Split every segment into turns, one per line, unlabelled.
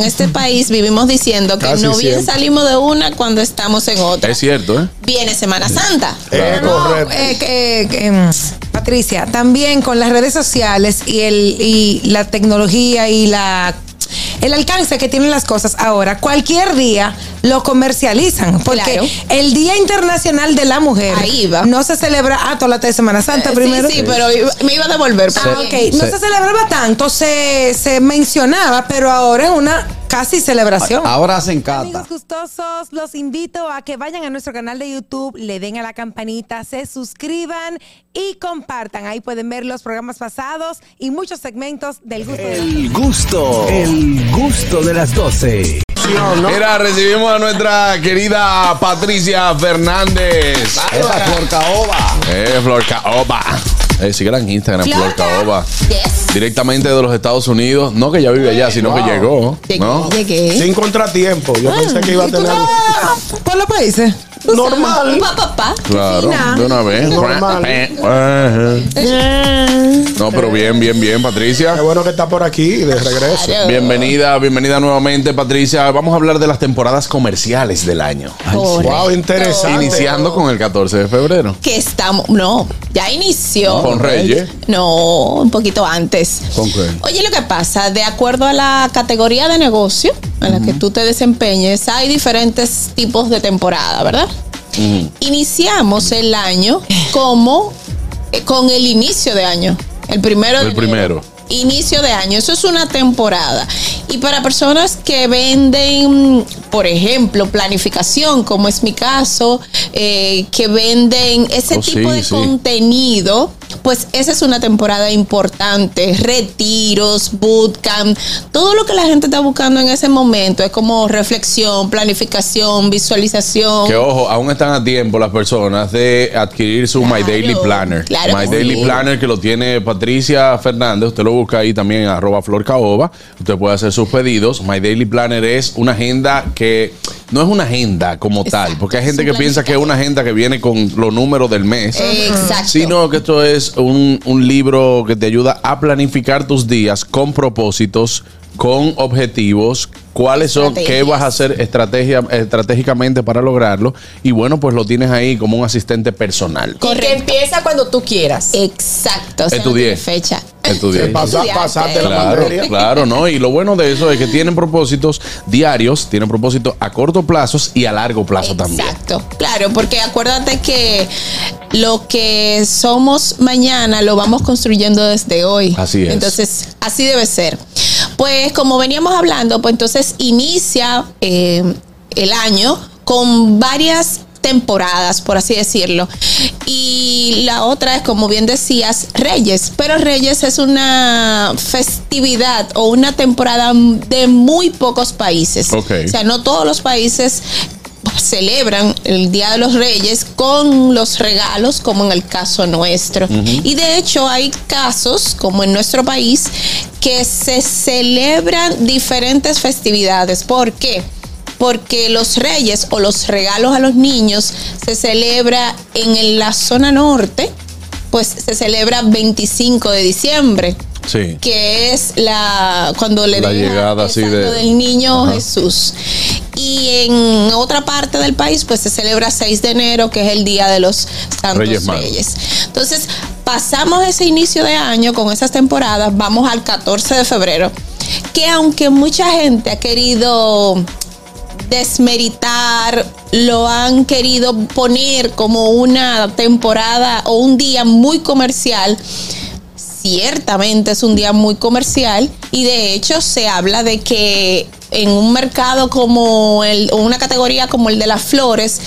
En este país vivimos diciendo que
Casi
no bien
siempre.
salimos de una cuando estamos en otra.
Es cierto, ¿eh?
Viene Semana Santa.
Es
No,
correcto.
eh, que- que, mm, Patricia, también con las redes sociales y, el, y la tecnología y la el alcance que tienen las cosas ahora, cualquier día lo comercializan, porque
Claro.
el Día Internacional de la Mujer
Ahí va.
no se celebra, ah, toda la de Semana Santa
Eh,
primero.
Sí, sí, pero iba- me iba a devolver.
Ah,
pero bien.
ok. No se celebraba tanto, se, se mencionaba, pero ahora es una casi
Ah,
celebración.
Ahora hacen cata.
Amigos gustosos, los invito a que vayan a nuestro canal de YouTube, le den a la campanita, se suscriban y compartan. Ahí pueden ver los programas pasados y muchos segmentos del gusto. de las-
El gusto, el gusto de las 12.
Mira, recibimos a nuestra querida Patricia Fernández.
Esa Flor Caoba.
Eh, Flor Caoba. Eh, síguela en Instagram,
Flor
Flor Caoba.
Yes.
Directamente de los Estados Unidos. No que ya vive allá, sino que llegó.
Llegué,
¿no?
llegué.
Sin contratiempo. Yo pensé que iba a tener.
Ah, ¿Por los países?
Normal.
Pa, pa, pa.
Claro,
Fina.
de una vez. eh, No, pero bien, bien, bien,
Qué
Patricia.
bueno que está por aquí de regreso.
Claro.
Bienvenida, bienvenida nuevamente, Patricia. Vamos a hablar de las temporadas comerciales del año.
Wow, interesante.
Iniciando con el 14 de febrero.
Que estamos. No, ya inició.
Con Reyes.
No, un poquito antes.
¿Con qué?
Oye, lo que pasa, de acuerdo a la categoría de negocio en la que tú te desempeñes, hay diferentes tipos de temporada, ¿verdad? Iniciamos el año como eh, con el inicio de año, el primero. de
El
enero.
primero.
Inicio de año, eso es una temporada. Y para personas que venden, por ejemplo, planificación, como es mi caso, eh, que venden ese
Oh,
tipo
sí,
de
sí.
contenido, pues esa es una temporada importante. Retiros, bootcamp, todo lo que la gente está buscando en ese momento es como reflexión, planificación, visualización.
Que ojo, aún están a tiempo las personas de adquirir su My
Claro,
Daily Planner.
claro
My
que
Daily
sí.
Planner que lo tiene Patricia Fernández. Usted lo busca ahí también en arroba Flor Caoba. Usted puede hacer sus pedidos. My Daily Planner es una agenda que no es una agenda como tal,
Exacto,
porque hay
es
gente
un
que piensa que es una agenda que viene con los números del mes.
Exacto.
Sino que esto es un, un libro que te ayuda a planificar tus días con propósitos, con objetivos, cuáles son, qué
Estrategias.
vas a hacer estrategia, estratégicamente para lograrlo. Y bueno, pues lo tienes ahí como un asistente personal.
Y que
Correcto.
empieza cuando tú quieras.
Exacto. o sea, no
Estudié.
tiene fecha.
Estudié.
Que pasa-
Estudiante.
pasaste la
Claro,
materia.
claro, ¿no? Y lo bueno de eso es que tienen propósitos diarios, tienen propósitos a corto plazo y a largo plazo también.
Exacto, claro, porque acuérdate que lo que somos mañana lo vamos construyendo desde hoy.
Así es.
Entonces, así debe ser. Pues como veníamos hablando, pues entonces inicia eh, el año con varias temporadas, por así decirlo. Y la otra es, como bien decías, Reyes. Pero Reyes es una festividad o una temporada de muy pocos países.
Ok.
O sea, no todos los países celebran el Día de los Reyes con los regalos como en el caso nuestro. Y de hecho hay casos como en nuestro país que se celebran diferentes festividades. ¿Por qué? Porque los reyes o los regalos a los niños se celebra en la zona norte, pues se celebra 25 de diciembre
Sí.
que es la cuando le
La
deja-
llegada así
exacto,
de-
del niño
Ajá.
Jesús. Y en otra parte del país pues se celebra 6 de enero, que es el día de los Santos Reyes.
Reyes Magos.
Entonces, pasamos ese inicio de año con esas temporadas, vamos al 14 de febrero, que aunque mucha gente ha querido desmeritar, lo han querido poner como una temporada o un día muy comercial. Ciertamente es un día muy comercial y de hecho se habla de que en un mercado como el, o una categoría como el de las flores,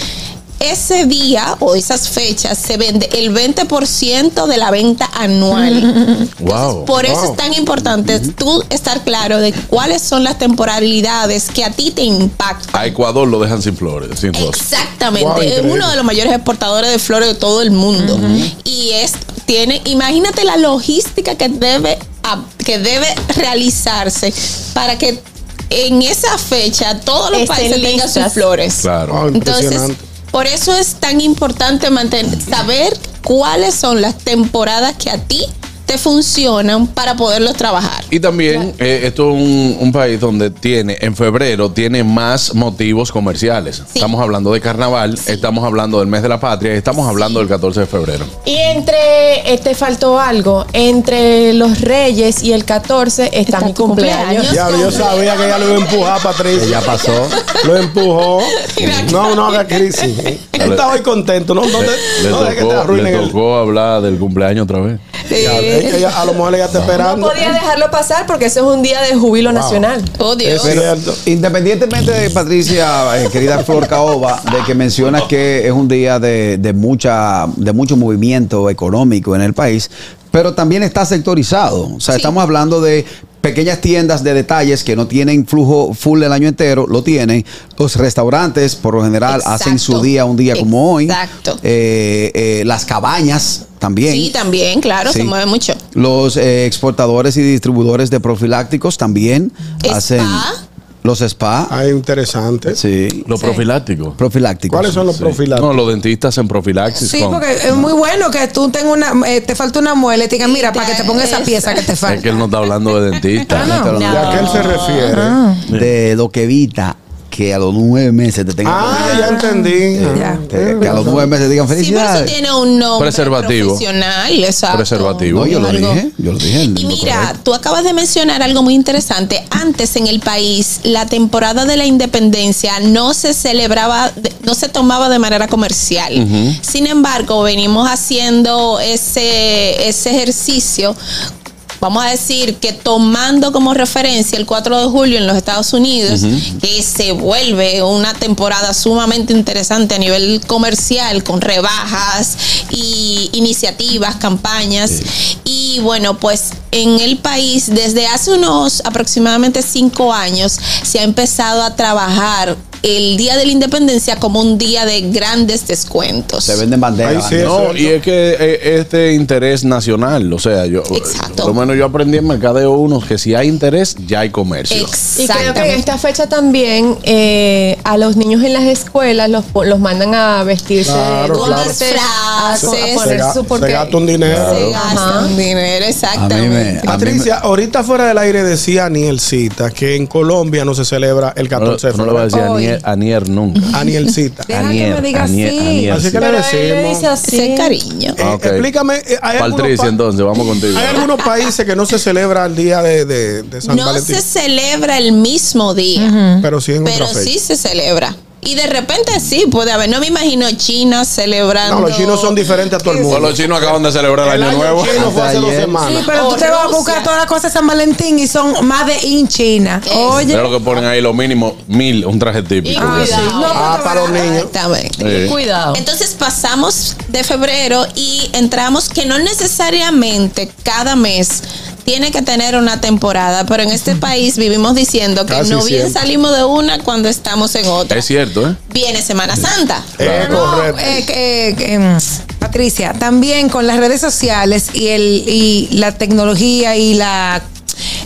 ese día o esas fechas se vende el 20% de la venta anual.
Wow.
Por eso
Wow.
es tan importante tú estar claro de cuáles son las temporalidades que a ti te impactan.
A Ecuador lo dejan sin flores, sin rosas.
Exactamente,
Wow,
es
increíble.
uno de los mayores exportadores de flores de todo el mundo. Y es tiene, imagínate la logística que debe a- que debe realizarse para que en esa fecha todos los
Estén
países tengan sus
listas.
flores.
Claro.
Wow,
Entonces,
impresionante.
por eso es tan importante mantener, saber cuáles son las temporadas que a ti te te funcionan para poderlos trabajar.
Y también eh, esto es un, un país donde tiene, en febrero, tiene más motivos comerciales. Estamos hablando de carnaval, estamos hablando del mes de la patria, estamos hablando del 14 de febrero.
Y entre, este faltó algo, entre los Reyes y el 14 está,
Está
mi
tu
cumpleaños.
cumpleaños.
Ya, yo sabía que ella lo iba a empujar, Patricia. Ya pasó. Lo empujó. No, no haga crisis. Yo estaba hoy contento. No, no,
Le,
te-
le
no dejes que te
tocó,
arruinen
le
el.
tocó hablar del cumpleaños otra vez.
Ya, ella- ella- a lo mejor ella está
No
esperando.
podía dejarlo pasar porque eso es un día de júbilo nacional.
Oh, Dios.
Es cierto.
Independientemente de Patricia, eh, querida Flor Caoba, de que mencionas que es un día de, de mucha, de mucho movimiento económico en el país, pero también está sectorizado. O sea, estamos hablando de pequeñas tiendas de detalles que no tienen flujo full el año entero, lo tienen. Los restaurantes, por lo general, hacen su
Exacto.
día un día como hoy.
Exacto.
Eh, eh, las cabañas también.
Sí, también, claro,
Sí.
se mueve mucho.
Los eh, exportadores y distribuidores de profilácticos también
Spa.
hacen los spa.
Ah, interesante.
Sí.
Los profilácticos.
Profilácticos.
¿Cuáles son los
Sí.
profilados?
No, los dentistas en profilaxis.
Sí,
con-
porque es muy bueno que tú tengas una, eh, te falta una muela y te digan, mira, para que te ponga esa pieza que te
Es que
falta.
él no está hablando de
Ah,
dentistas.
Ah, No, no,
¿De
no.
a qué él se refiere?
Ah.
De lo que evita que a los nueve meses te tengan
Ah, ya entendí.
Ya.
eh, que a los nueve meses te digan
Sí, pero eso
felicidades.
tiene un nombre
Preservativo.
profesional, exacto.
Preservativo.
no, yo lo
Algo-
dije. Yo lo dije.
Y
lo
mira,
correcto.
tú acabas de mencionar algo muy interesante. Antes en el país, la temporada de la independencia no se celebraba, de- no se tomaba de manera comercial. Sin embargo, venimos haciendo ese, ese ejercicio. Vamos a decir que tomando como referencia el 4 de julio en los Estados Unidos, que se vuelve una temporada sumamente interesante a nivel comercial, con rebajas y iniciativas, campañas. Y bueno, pues en el país desde hace unos aproximadamente cinco años se ha empezado a trabajar el Día de la Independencia como un día de grandes descuentos.
Te venden banderas.
Ahí sí.
No, y es que eh, este interés nacional, o sea, yo
Exacto.
por lo menos yo aprendí en Mercadeo unos que si hay interés, ya hay comercio.
Y creo que en
Exactamente.
esta fecha también eh, a los niños en las escuelas los, po- los mandan a vestirse
Claro,
de
claro.
corte, a co-
Se
a
Se,
poner
ga-
su
se
porque
gasta un dinero.
Se gastan dinero, exactamente.
A mí me-
Patricia, ahorita fuera del aire decía Anielcita que en Colombia no se celebra el
No,
14 de
no le voy a
febrero.
decir a Anier, a Anier nunca.
Anielcita.
Deja que me diga así.
Así que
sí.
le
Pero él le dice
decimos.
así.
Ese cariño.
Eh,
Ah, Ok.
Explícame, eh, hay algunos
Patricia,
pa-
entonces, vamos contigo.
Hay algunos países que no se celebra el día de, de- de San
No
Valentín,
se celebra el mismo día.
pero sí en
Pero
otra fecha.
sí se celebra. Y de repente sí puede haber. No me imagino China celebrando.
no, los chinos son diferentes a todo el
Pues
mundo.
los chinos acaban de celebrar el,
El
año nuevo.
chino fue hace dos
Ayer.
Sí,
semanas.
pero
O
tú te vas a buscar
Rusia.
todas las cosas de San Valentín y son más de in China.
Es-
Oye,
Mira lo que ponen ahí, lo mínimo, mil, un traje típico.
Y
Yo sé.
cuidado.
no,
Ah,
porque
para los
barato.
niños.
Exactamente.
Sí.
Cuidado.
Entonces pasamos de febrero y entramos que no necesariamente cada mes tiene que tener una temporada, pero en este país vivimos diciendo que
Casi
no bien
siempre.
salimos de una cuando estamos en otra.
Es cierto, ¿eh?
Viene Semana Santa.
Es correcto.
Eh, eh, eh, em, Patricia, también con las redes sociales y, el, y la tecnología y la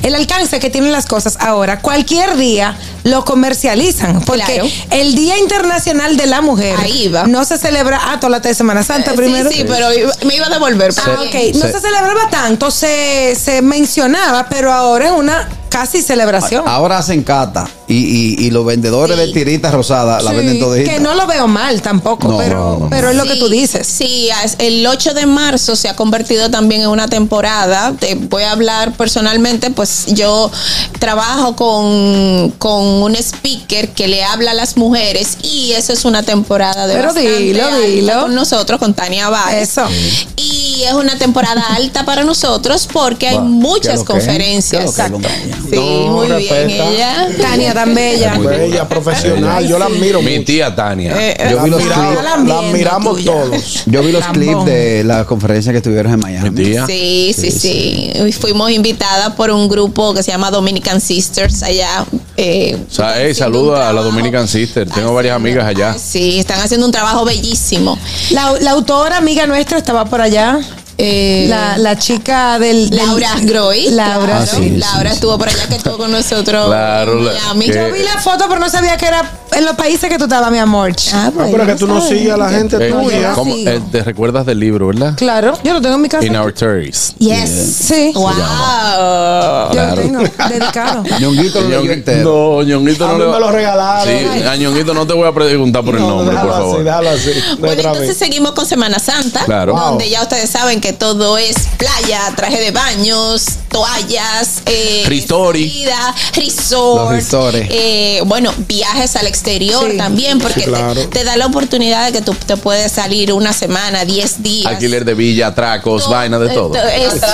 el alcance que tienen las cosas ahora, cualquier día lo comercializan, porque
Claro.
el Día Internacional de la Mujer
Ahí va.
no se celebra, ah, toda la de Semana
Eh,
Santa
Eh, Sí,
primero.
sí, pero iba- me iba a devolver.
Ah,
pero
ok.
bien.
No
Sí.
se celebraba tanto, se, se mencionaba, pero ahora es una casi celebración.
Ahora hacen cata. Y, y, y los vendedores
Sí.
de tiritas rosadas la
Sí,
venden toditas.
que no lo veo mal tampoco,
ah, No,
pero,
no, no.
pero es lo que
Sí,
tú dices.
Sí, as- el 8 de marzo se ha convertido también en una temporada. Te voy a hablar personalmente, pues yo trabajo con, con un speaker que le habla a las mujeres y eso es una temporada de
Pero
bastante
dilo,
alta
dilo.
con nosotros, con Tania Valls.
Eso.
Y es una temporada alta para nosotros porque hay
Va,
muchas
¿qué es lo que es?
conferencias.
¿Qué es lo que es,
Exacto.
Lombaña?
Sí,
No,
muy bien.
respeta.
Ella.
Tania tan bella.
Muy bien.
Bella, profesional, yo la admiro
Mi
mucho.
tía Tania.
Eh,
Eh,
Yo vi los
La
clips.
la
admiramos- la
viendo
admiramos
tuya.
todos.
Yo vi los
Lambón.
clips de la conferencia que tuvieron en Miami.
Mi tía.
Sí, sí, sí. Y Fuimos invitadas por un grupo que se llama Dominican Sisters allá. eh,
O sea,
están
hey,
haciendo
saluda
un
a la
trabajo.
Dominican Sister. Tengo varias amigas allá.
Sí, están haciendo un trabajo bellísimo.
La, la autora, amiga nuestra, estaba por allá.
eh,
La, la chica del. del-
Laura Groy.
Laura.
Claro,
Ah, sí, sí,
Laura
sí.
estuvo por allá que estuvo con nosotros.
Claro,
en
la-
Miami.
que-
Yo vi la foto, pero no sabía que era en los países que tú estabas, mi amor.
Ah,
Ah,
bueno,
pero que tú no
está
sigas a la
bien.
gente
Eh,
tuya.
¿cómo?
sigo.
Eh, ¿Te recuerdas del libro, verdad?
Claro, yo lo tengo en mi casa.
In Our Terries.
Yes. Sí.
Wow.
Yo lo tengo dedicado.
Ñonguito lo
Ñongu-
leyó entero.
No, Ñonguito
A
no
mí
le
me lo regalaron.
Sí, a Ñonguito no te voy a preguntar por el
No,
nombre, por
déjalo así,
favor.
déjalo así. No
Bueno,
otra
entonces
vez.
seguimos con Semana Santa,
Claro. Wow.
donde ya ustedes saben que todo es playa, traje de baños, toallas, eh,
Ristori.
salida, resort,
Los risores.
eh, bueno, viajes al exterior
Sí.
también, porque
Sí, claro.
te, te da la oportunidad de que tú te puedes salir una semana, 10 días.
Alquiler de villa, atracos,
Todo,
vaina de
eh,
todo.
to- exacto.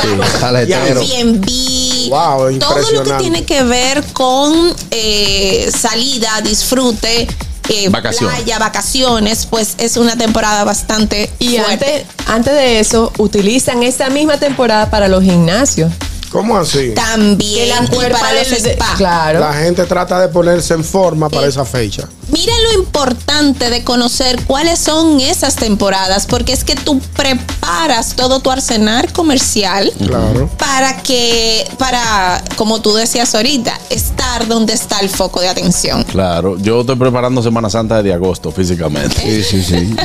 Al extranjero.
Airbnb,
Wow,
todo lo que
impresionante.
tiene que ver con eh, salida, disfrute, eh,
Vacaciones.
playa, vacaciones, pues es una temporada bastante
Y antes,
fuerte.
antes de eso, utilizan esta misma temporada para los gimnasios.
eh,
¿Cómo así?
Que
También
la
y
cuerpa
para los
del- de-
spa.
Claro.
La gente trata de ponerse en forma para
Sí.
esa fecha.
Mira lo importante de conocer cuáles son esas temporadas, porque es que tú preparas todo tu arsenal comercial
Claro.
para que, para, como tú decías ahorita, estar donde está el foco de atención.
Claro, yo estoy preparando Semana Santa de agosto físicamente.
Sí, sí, sí.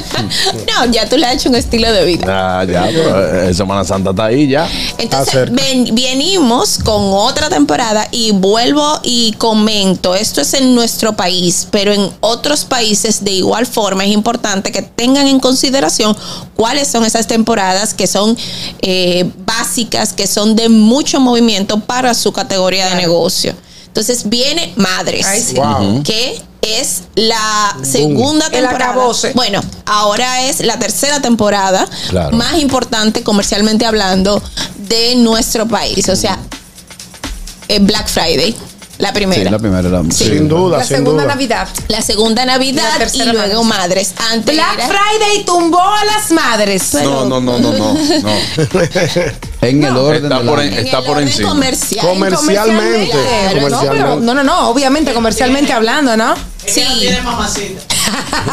No, ya tú le has hecho un estilo de vida.
Ah, ya, pero, eh, Semana Santa está ahí ya.
Entonces
Acerca.
ven- venimos con otra temporada y vuelvo y comento, esto es en nuestro país, pero en otros países de igual forma es importante que tengan en consideración cuáles son esas temporadas que son eh, básicas, que son de mucho movimiento para su categoría de negocio. Entonces viene Madres.
Ay, sí.
Wow.
que es la segunda temporada.
acabose.
Bueno, ahora es la tercera temporada
Claro.
más importante comercialmente hablando de nuestro país. O sea, eh, Black Friday, la primera.
Sí, la
la
primera era.
Sí.
Sin duda,
La
sin
segunda
duda.
Navidad.
segunda Navidad
La
y
tercera
luego madres. Antes
Black
era-
Friday tumbó a las madres.
No, no, no, no, no. no.
En el orden
Está
del
por
año.
en-
en
está
el
por
orden
encima.
comercial.
Comercialmente.
Claro,
No, pero-
Comercialmente.
no, no, no, obviamente, comercialmente hablando, ¿no?
Sí.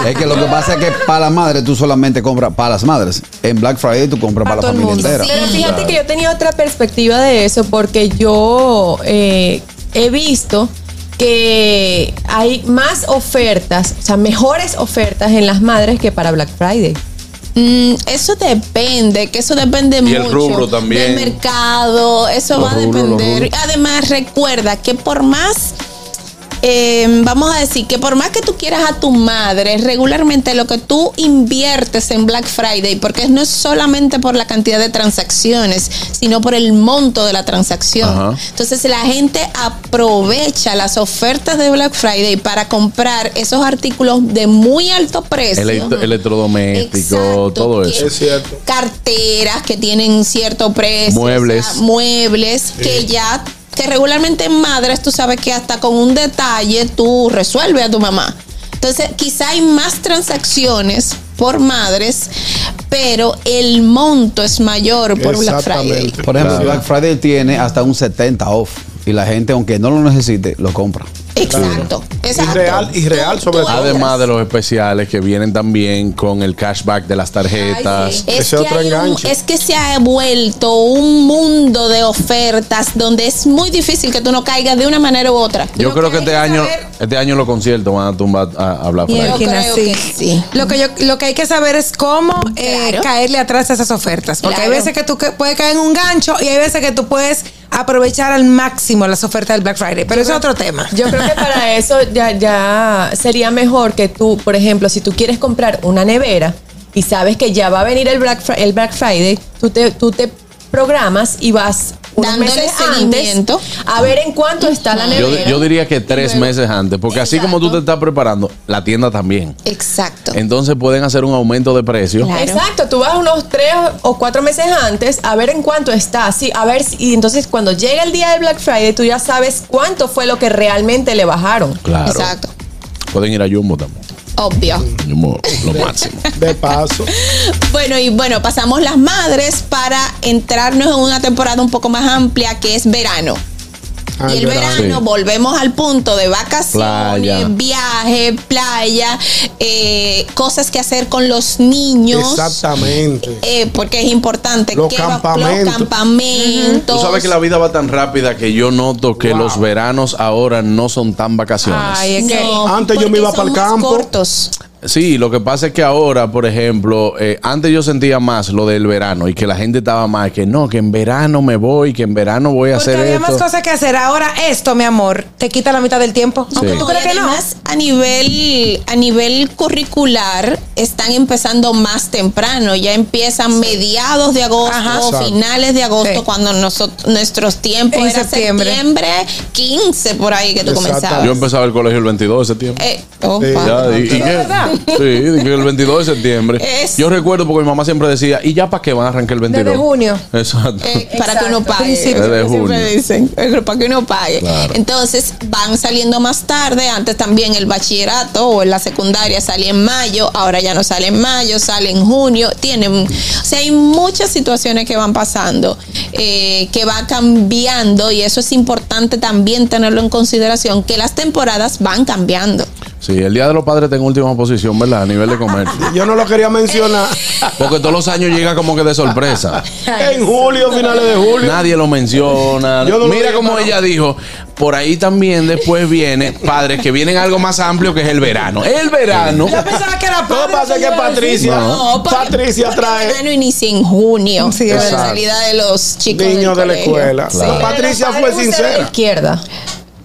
Es que lo que pasa es que para las madres tú solamente compras para las madres. En Black Friday tú compras
Para
para,
todo el
la familia
mundo.
entera.
Pero fíjate
Claro.
que yo tenía otra perspectiva de eso porque yo eh, he visto que eh, hay más ofertas, o sea, mejores ofertas en las madres que para Black Friday.
Mm, eso depende, que eso depende
Y
mucho
el rubro
del
también.
mercado, eso
Los
va a
rubros, los
depender.
rubros.
Además, recuerda que por más, eh, vamos a decir, que por más que tú quieras a tu madre, regularmente lo que tú inviertes en Black Friday, porque no es solamente por la cantidad de transacciones, sino por el monto de la transacción.
Ajá.
Entonces la gente aprovecha las ofertas de Black Friday para comprar esos artículos de muy alto precio.
Electro- electrodoméstico,
Exacto,
todo
que
eso.
Es cierto.
Carteras que tienen cierto precio.
Muebles.
o sea, muebles que ya, que regularmente en madres tú sabes que hasta con un detalle tú resuelves a tu mamá. Entonces quizá hay más transacciones por madres, pero el monto es mayor por Black Friday.
Exactamente.
Por ejemplo, Black Friday tiene hasta un 70 off. Y la gente, aunque no lo necesite, lo compra.
Exacto. exacto.
real- y real sobre todo.
Además de los especiales que vienen también con el cashback de las tarjetas.
Es
Ese
que,
otro
hay un-
enganche.
es que se ha vuelto un mundo de ofertas donde es muy difícil que tú no caigas de una manera u otra.
Yo
Lo
creo
que
que
hay
este
que
año,
saber-
este año los conciertos van a tumbar a, a Black
Yo
Friday.
creo
Imagina,
que sí.
Lo que, yo, lo que hay que saber es cómo eh,
Claro.
caerle atrás a esas ofertas. Porque hay
Claro.
veces que tú que- puedes caer en un gancho y hay veces que tú puedes aprovechar al máximo las ofertas del Black Friday. Pero eso es otro tema.
Yo creo que para eso ya, ya sería mejor que tú, por ejemplo, si tú quieres comprar una nevera y sabes que ya va a venir el Black, Fri- el Black Friday, tú te, tú te programas y vas unos
Dándole
meses antes
seguimiento.
a ver en cuánto está la
Yo,
nevera.
yo diría que tres
luego-
meses antes, porque así como tú te estás preparando, la tienda también.
Exacto.
Entonces pueden hacer un aumento de precio.
Claro.
Exacto, tú vas unos tres o cuatro meses antes a ver en cuánto está, sí, a ver si, y entonces cuando llega el día de Black Friday tú ya sabes cuánto fue lo que realmente le bajaron.
Claro.
Exacto.
Pueden ir a Jumbo también.
Obvio.
Jumbo, lo máximo.
De paso.
Bueno, y bueno, pasamos las madres para entrarnos en una temporada un poco más amplia que es verano.
Ah,
y el
el verano.
verano
Sí.
volvemos al punto de vacaciones,
Playa.
viaje, playa, eh, cosas que hacer con los niños.
Exactamente.
eh, porque es importante
Los
que va-
campamentos.
los campamentos.
Tú sabes que la vida va tan rápida que yo noto que
Wow.
los veranos ahora no son tan vacaciones.
Ay, es que.
No,
Antes yo
porque
me iba
son
pa'l
más
campo.
cortos.
Sí, lo que pasa es que ahora, por ejemplo, eh, antes yo sentía más lo del verano y que la gente estaba más que no, que en verano me voy, que en verano voy a
Porque
hacer
había
esto.
más cosas que hacer. Ahora esto, mi amor, te quita la mitad del tiempo. Aunque
Sí.
tú crees
Y
que no.
además, a nivel, a nivel curricular, están empezando más temprano. Ya empiezan mediados de agosto,
Ajá.
Exacto.
finales de agosto,
Sí.
cuando nosotros, nuestros tiempos
En
era
septiembre.
septiembre. 15, por ahí que tú
Exacto.
comenzabas.
Yo empezaba el colegio el 22 de septiembre.
Eh, oh,
Sí,
padre.
Ya, y- y-
verdad?
sí, de que el 22 de septiembre.
Es-
Yo recuerdo porque mi mamá siempre decía, ¿y ya para qué van a arrancar el 22?
Desde junio.
Exacto.
Eh, para que uno
Exacto.
pague.
Principio.
Eso
Desde
siempre
junio.
dicen, eh, para que uno pague.
Claro.
Entonces van saliendo más tarde. Antes también el bachillerato o en la secundaria salía en mayo. Ahora ya no sale en mayo, sale en junio. Tienen, o sea, hay muchas situaciones que van pasando, eh, que va cambiando y eso es importante también tenerlo en consideración, que las temporadas van cambiando.
Sí, el Día de los Padres está en última posición, ¿verdad? A nivel de
Eh,
comercio.
Yo no lo quería mencionar.
Porque todos los años llega como que de sorpresa.
en julio, finales de julio.
Nadie lo menciona.
Yo no lo
Mira
digo,
como
no.
ella dijo, por ahí también después viene padres que vienen algo más amplio que es el verano. El verano.
Yo pensaba que era
Todo
padre,
pasa que
señora.
Patricia,
No, porque-
Patricia
porque El
trae
verano inicia en junio,
Sí,
con
exacto.
la salida de los chicos.
niños de
del
la
colegio.
escuela.
Claro.
Patricia
Pero
fue
usted de
sincera.
Izquierda.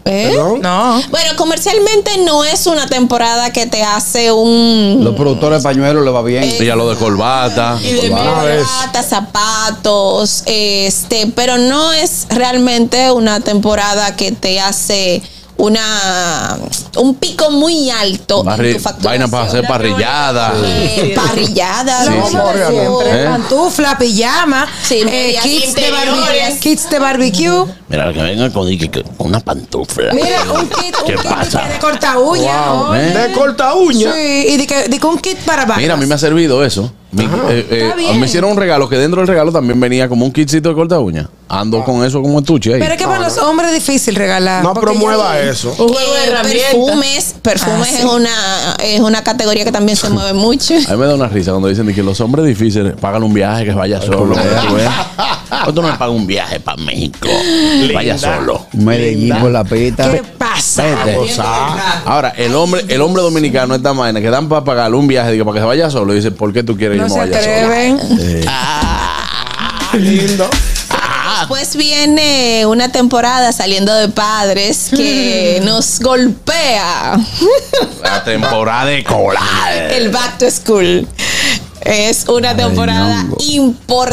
¿Eh?
Perdón.
No.
Bueno, comercialmente no es una temporada que te hace un
Los productores de pañuelos le va bien.
Ella lo de corbata.
y de
Ah, es.
bata, zapatos, este, pero no es realmente una temporada que te hace una un pico muy alto en
barri-
tu facturación.
vaina para hacer parrillada.
Eh, parrilladas,
Sí,
Lo
sí.
mismo de
Siempre.
siempre.
¿Eh?
Pantufla, pijama,
Sí,
eh,
medias
kits, de barbecue,
interiores.
kits de barbecue.
Mira, que venga con, que- que- con una pantufla.
Mira, un kit, un
¿Qué
kit
pasa?
de corta uña.
Wow, ¿eh?
De corta uña.
Sí, y de que, de que un kit para barbas.
Mira, a mí me ha servido eso. Mi- eh, eh,
Está bien.
me hicieron un regalo que dentro del regalo también venía como un kitcito de corta uña. Ando
Ah.
con eso como estuche ahí.
Pero es que para los hombres es difícil regalar.
No
porque ya-
promueva eso.
Un juego de
Eh,
herramientas.
perfumes, perfumes
Ah, sí.
es una es una categoría que también se mueve mucho.
A mí me da una risa cuando dicen de que los hombres difíciles pagan un viaje que vaya solo. ¿eh?
¿Cuánto no me paga un viaje para México? Vaya solo.
Medellín por la pista.
¿Qué pasa?
Ahora, el hombre, el hombre dominicano esta vaina que dan para pagar un viaje digo, para que se vaya solo. Dice, ¿por qué tú quieres que
No
yo
se
me vaya solo?
atreven.
Lindo.
Después Pues viene una temporada saliendo de padres que nos golpea
La temporada de colar.
el back to school. Es una temporada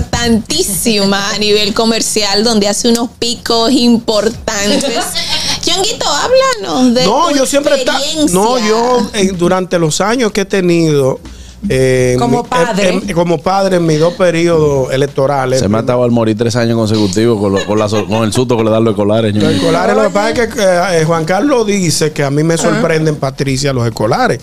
importantísima a nivel comercial donde hace unos picos importantes. Yonguito, háblanos de
No,
tu
yo siempre está.
experiencia.
No, yo eh, durante los años que he tenido. eh, en
Como
mi- en-
padre.
en- como padre en mis dos periodos electorales.
Se me ha estado al morir tres años consecutivos con, lo- con, la so- con el susto que le dan los escolares.
Los
ñoño.
escolares, lo que pasa es que eh, eh, Juan Carlos dice que a mí me sorprenden, Patricia, los escolares.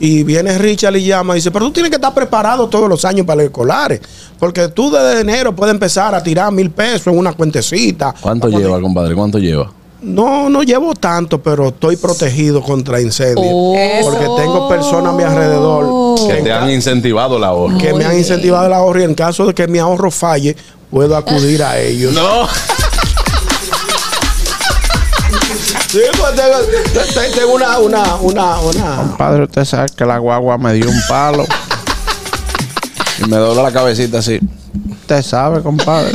Y viene Richard y llama y dice, pero tú tienes que estar preparado todos los años para los escolares. Porque tú desde enero puedes empezar a tirar mil pesos en una cuentecita.
¿Cuánto lleva, compadre? ¿Cuánto lleva?
No, no llevo tanto, pero estoy protegido contra incendios.
Oh.
Porque tengo personas a mi alrededor
Que
en
te
ca-
han incentivado la hora.
que me han
bien.
incentivado el ahorro y en caso de que mi ahorro falle, puedo acudir a ellos.
No.
Sí, pues tengo, te- te- tengo una, una, una, una.
Padre, usted sabe que la guagua me dio un palo. y me dobló la cabecita así. Usted sabe, compadre.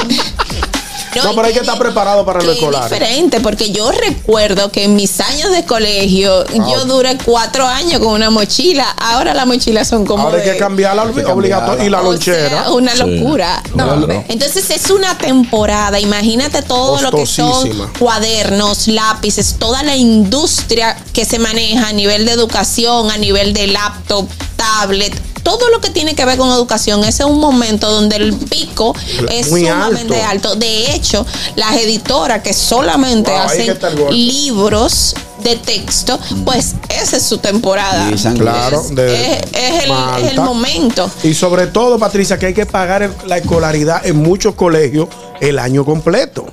No,
y
pero hay que
tiene-
estar preparado para lo
que es
escolar.
diferente, porque yo recuerdo que en mis años de colegio
Ah,
yo duré cuatro años con una mochila. Ahora las mochilas son como.
Ahora hay
de-
que cambiarla obligatoria y la
o
lonchera.
sea, una
Sí.
locura. No,
No, no.
Entonces es una temporada. Imagínate todo lo que son
Costosísima.
cuadernos, lápices, toda la industria que se maneja a nivel de educación, a nivel de laptop, tablet. Todo lo que tiene que ver con educación, ese es un momento donde el pico es
Muy
sumamente
alto.
alto. De hecho, las editoras que solamente
Wow, ahí que
hacen
está el golpe.
libros de texto, pues esa es su temporada.
Y sangre.
claro, de
es, es el, es el
Malta.
momento.
Y sobre todo, Patricia, que hay que pagar el- la escolaridad en muchos colegios el año completo.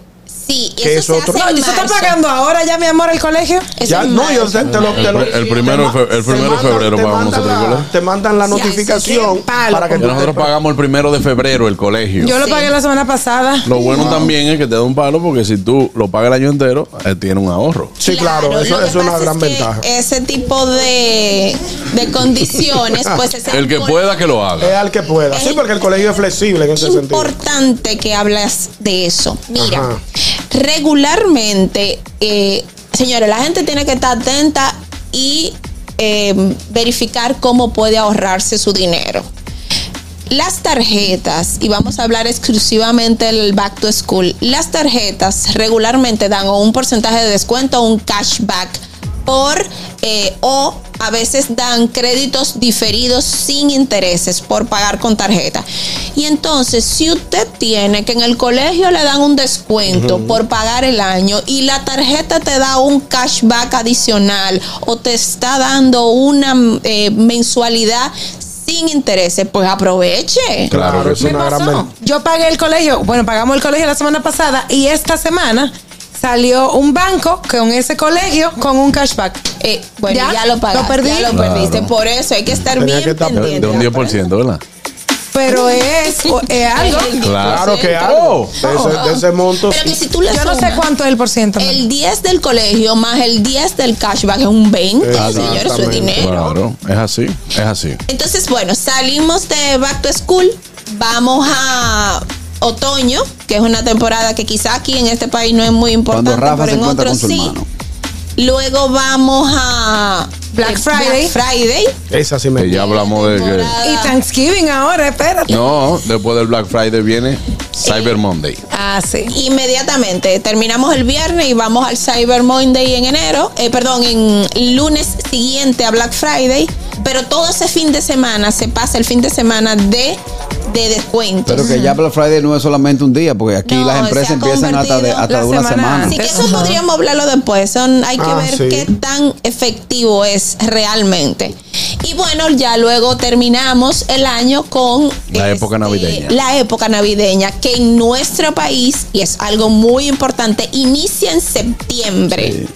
Sí, y
Que
eso
es
se
otro-
hace
No,
en
¿y tú estás
marzo.
pagando ahora ya, mi amor, el colegio?
Eso
Ya,
es
no,
marzo.
yo te, te lo, te lo-
El pri- el primero de fe- el
te
primero de
mandan-
febrero
te
pagamos
mandan
nosotros el
la-
colegio.
Te mandan la
Sí, ahí se
notificación
tiene palo.
para que tú
Nosotros
te-
pagamos el primero de febrero el colegio.
Yo lo
Sí.
pagué la semana pasada.
Lo bueno también es que te da un palo porque si tú lo pagas el año entero, eh, tiene un ahorro.
Sí, claro, eso
lo que
eso es una
pasa
gran
que
ventaja.
Ese tipo de, de condiciones, pues es
El que
algo
pueda que lo haga.
Es al que pueda. Sí, porque el colegio es flexible en ese sentido.
importante que hablas de eso. Mira,
Ajá.
regularmente, eh, señores, la gente tiene que estar atenta y eh, verificar cómo puede ahorrarse su dinero. Las tarjetas, y vamos a hablar exclusivamente del back to school, las tarjetas regularmente dan o un porcentaje de descuento o un cashback por eh, o a veces dan créditos diferidos sin intereses por pagar con tarjeta. Y entonces, si usted tiene que en el colegio le dan un descuento por pagar el año y la tarjeta te da un cashback adicional o te está dando una mm, eh, mensualidad sin intereses, pues aproveche.
Claro,
es una gran ventaja.
Yo pagué el colegio, bueno, pagamos el colegio la semana pasada y esta semana salió un banco con ese colegio con un cashback.
Eh, bueno,
¿Ya?
ya, lo pagaste,
Lo perdí.
ya lo
Claro.
perdiste. Por eso hay que estar
Tenía
bien
que estar-
pendiente.
De, de un 10%, ¿verdad?
Pero es, o- es algo.
Claro que
Pero
algo. De ese, de ese monto.
que
sí.
si tú le
Yo no sé
sumas
cuánto es el por ciento.
el 10 del colegio más el 10 del cashback es un 20, señor, eso es
Exactamente.
dinero.
Claro, es así, es así.
Entonces, bueno, salimos de Back to School, vamos a otoño, que es una temporada que quizá aquí en este país no es muy importante,
Cuando Rafa
pero
se
en
encuentra con
otros
su
sí.
hermano.
Luego vamos a
Black
eh,
Friday.
Black Friday.
Esa sí
Que
me.
ya hablamos de que.
temporada-
Y Thanksgiving ahora, espérate.
No, después del Black Friday viene Cyber Monday.
Ah, sí.
Inmediatamente terminamos el viernes y vamos al Cyber Monday en enero, eh, perdón, en lunes siguiente a Black Friday, pero todo ese fin de semana se pasa el fin de semana de, de descuentos.
Pero que ya Black Friday no es solamente un día, porque aquí
No,
las
se
empresas
ha
empiezan hasta de,
convertido
hasta
la
de una
semana
semana.
Así que eso
Ajá.
podríamos hablarlo después. Son, hay que
Ah,
ver
sí.
qué tan efectivo es realmente. Y bueno, ya luego terminamos el año con este,
La época navideña.
La época navideña, que en nuestro país, y es algo muy importante, inicia en septiembre.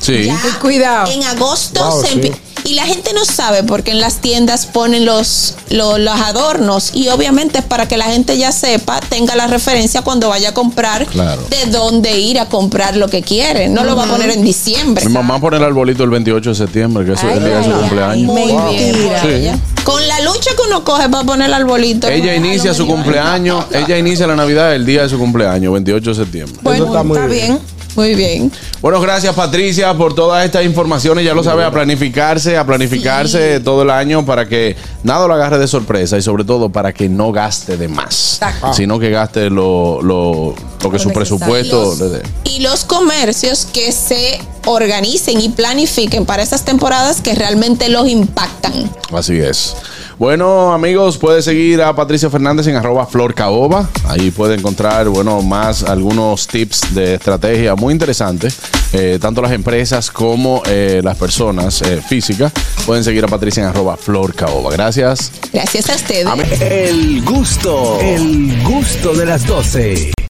Sí.
Ya
Y cuidado.
En agosto
Wow,
se
sí.
empie- Y la gente no sabe porque en las tiendas ponen los, lo- los, adornos y obviamente es para que la gente ya sepa, tenga la referencia cuando vaya a comprar
Claro.
de dónde ir a comprar lo que quiere. No lo va a poner en diciembre.
Mi mamá pone el arbolito el 28 de septiembre, que es el día de su cumpleaños.
Muy
Wow.
bien por
Sí.
ella. Con la lucha que uno coge para poner el arbolito.
Ella
hermano,
inicia
me
su
dio-
cumpleaños, ella inicia la Navidad el día de su cumpleaños, 28 de septiembre.
Bueno,
está
está,
muy bien.
bien.
Muy bien.
Bueno, gracias Patricia por todas estas informaciones. Ya lo sabes, a planificarse, a planificarse todo el año para que nada lo agarre de sorpresa y sobre todo para que no gaste de más,
Exacto.
sino que gaste lo, lo, lo que su
necesario.
presupuesto le dé.
y los comercios que se organicen y planifiquen para esas temporadas que realmente los impactan.
Así es. Bueno, amigos, puedes seguir a Patricia Fernández en arroba florcaoba. Ahí puede encontrar, bueno, más algunos tips de estrategia muy interesantes. Eh, tanto las empresas como eh, las personas eh, físicas pueden seguir a Patricia en arroba florcaoba. Gracias.
Gracias a ustedes.
El gusto, el gusto de las 12.